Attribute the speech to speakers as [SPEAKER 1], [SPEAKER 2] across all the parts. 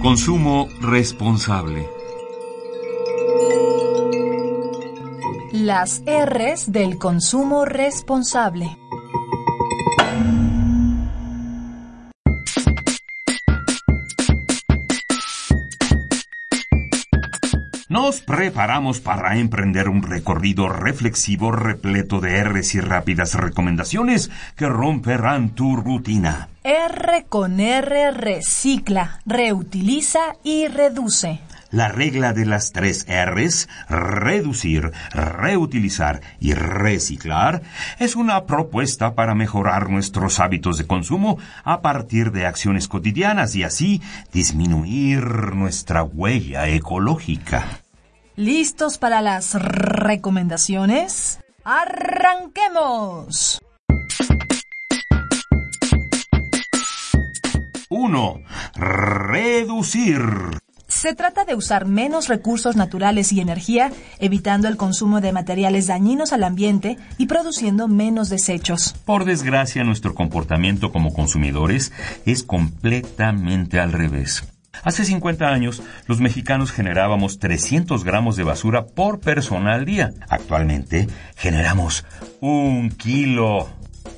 [SPEAKER 1] Consumo responsable.
[SPEAKER 2] Las R's del consumo responsable.
[SPEAKER 1] Nos preparamos para emprender un recorrido reflexivo repleto de R's y rápidas recomendaciones que romperán tu rutina.
[SPEAKER 2] R con R recicla, reutiliza y reduce.
[SPEAKER 1] La regla de las tres R's, reducir, reutilizar y reciclar, es una propuesta para mejorar nuestros hábitos de consumo a partir de acciones cotidianas y así disminuir nuestra huella ecológica.
[SPEAKER 2] ¿Listos para las recomendaciones? ¡Arranquemos!
[SPEAKER 1] 1. Reducir.
[SPEAKER 2] Se trata de usar menos recursos naturales y energía, evitando el consumo de materiales dañinos al ambiente y produciendo menos desechos.
[SPEAKER 1] Por desgracia, nuestro comportamiento como consumidores es completamente al revés. Hace 50 años, los mexicanos generábamos 300 gramos de basura por persona al día. Actualmente, generamos un kilo.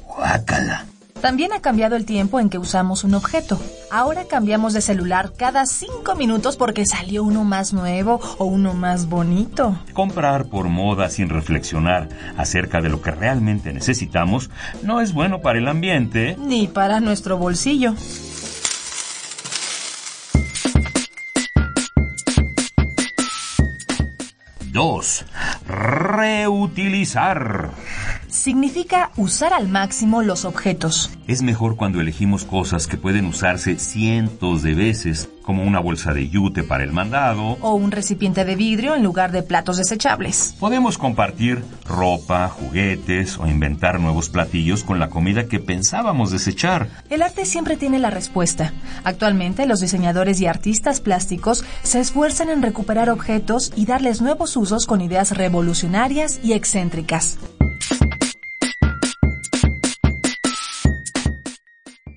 [SPEAKER 1] ¡Guácala!
[SPEAKER 2] También ha cambiado el tiempo en que usamos un objeto. Ahora cambiamos de celular cada cinco minutos porque salió uno más nuevo o uno más bonito.
[SPEAKER 1] Comprar por moda sin reflexionar acerca de lo que realmente necesitamos no es bueno para el ambiente
[SPEAKER 2] ni para nuestro bolsillo.
[SPEAKER 1] 2. Reutilizar.
[SPEAKER 2] Significa usar al máximo los objetos.
[SPEAKER 1] Es mejor cuando elegimos cosas que pueden usarse cientos de veces, como una bolsa de yute para el mandado
[SPEAKER 2] o un recipiente de vidrio en lugar de platos desechables.
[SPEAKER 1] Podemos compartir ropa, juguetes o inventar nuevos platillos con la comida que pensábamos desechar.
[SPEAKER 2] El arte siempre tiene la respuesta. Actualmente los diseñadores y artistas plásticos se esfuerzan en recuperar objetos y darles nuevos usos con ideas revolucionarias y excéntricas.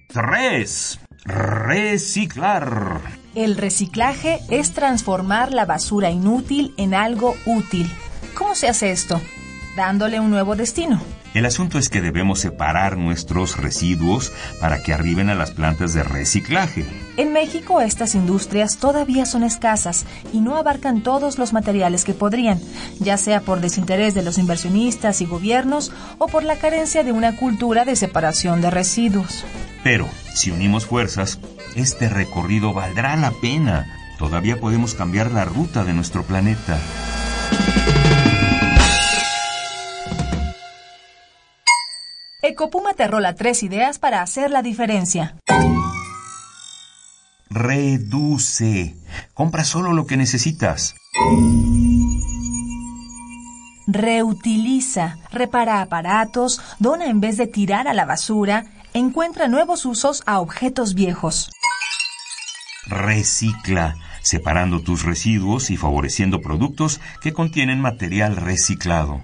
[SPEAKER 1] 3. Reciclar.
[SPEAKER 2] El reciclaje es transformar la basura inútil en algo útil. ¿Cómo se hace esto? Dándole un nuevo destino.
[SPEAKER 1] El asunto es que debemos separar nuestros residuos para que arriben a las plantas de reciclaje.
[SPEAKER 2] En México estas industrias todavía son escasas y no abarcan todos los materiales que podrían, ya sea por desinterés de los inversionistas y gobiernos o por la carencia de una cultura de separación de residuos.
[SPEAKER 1] Pero, si unimos fuerzas, este recorrido valdrá la pena. Todavía podemos cambiar la ruta de nuestro planeta.
[SPEAKER 2] Ecopuma te rola tres ideas para hacer la diferencia.
[SPEAKER 1] Reduce. Compra solo lo que necesitas.
[SPEAKER 2] Reutiliza, repara aparatos, dona en vez de tirar a la basura, encuentra nuevos usos a objetos viejos.
[SPEAKER 1] Recicla, separando tus residuos y favoreciendo productos que contienen material reciclado.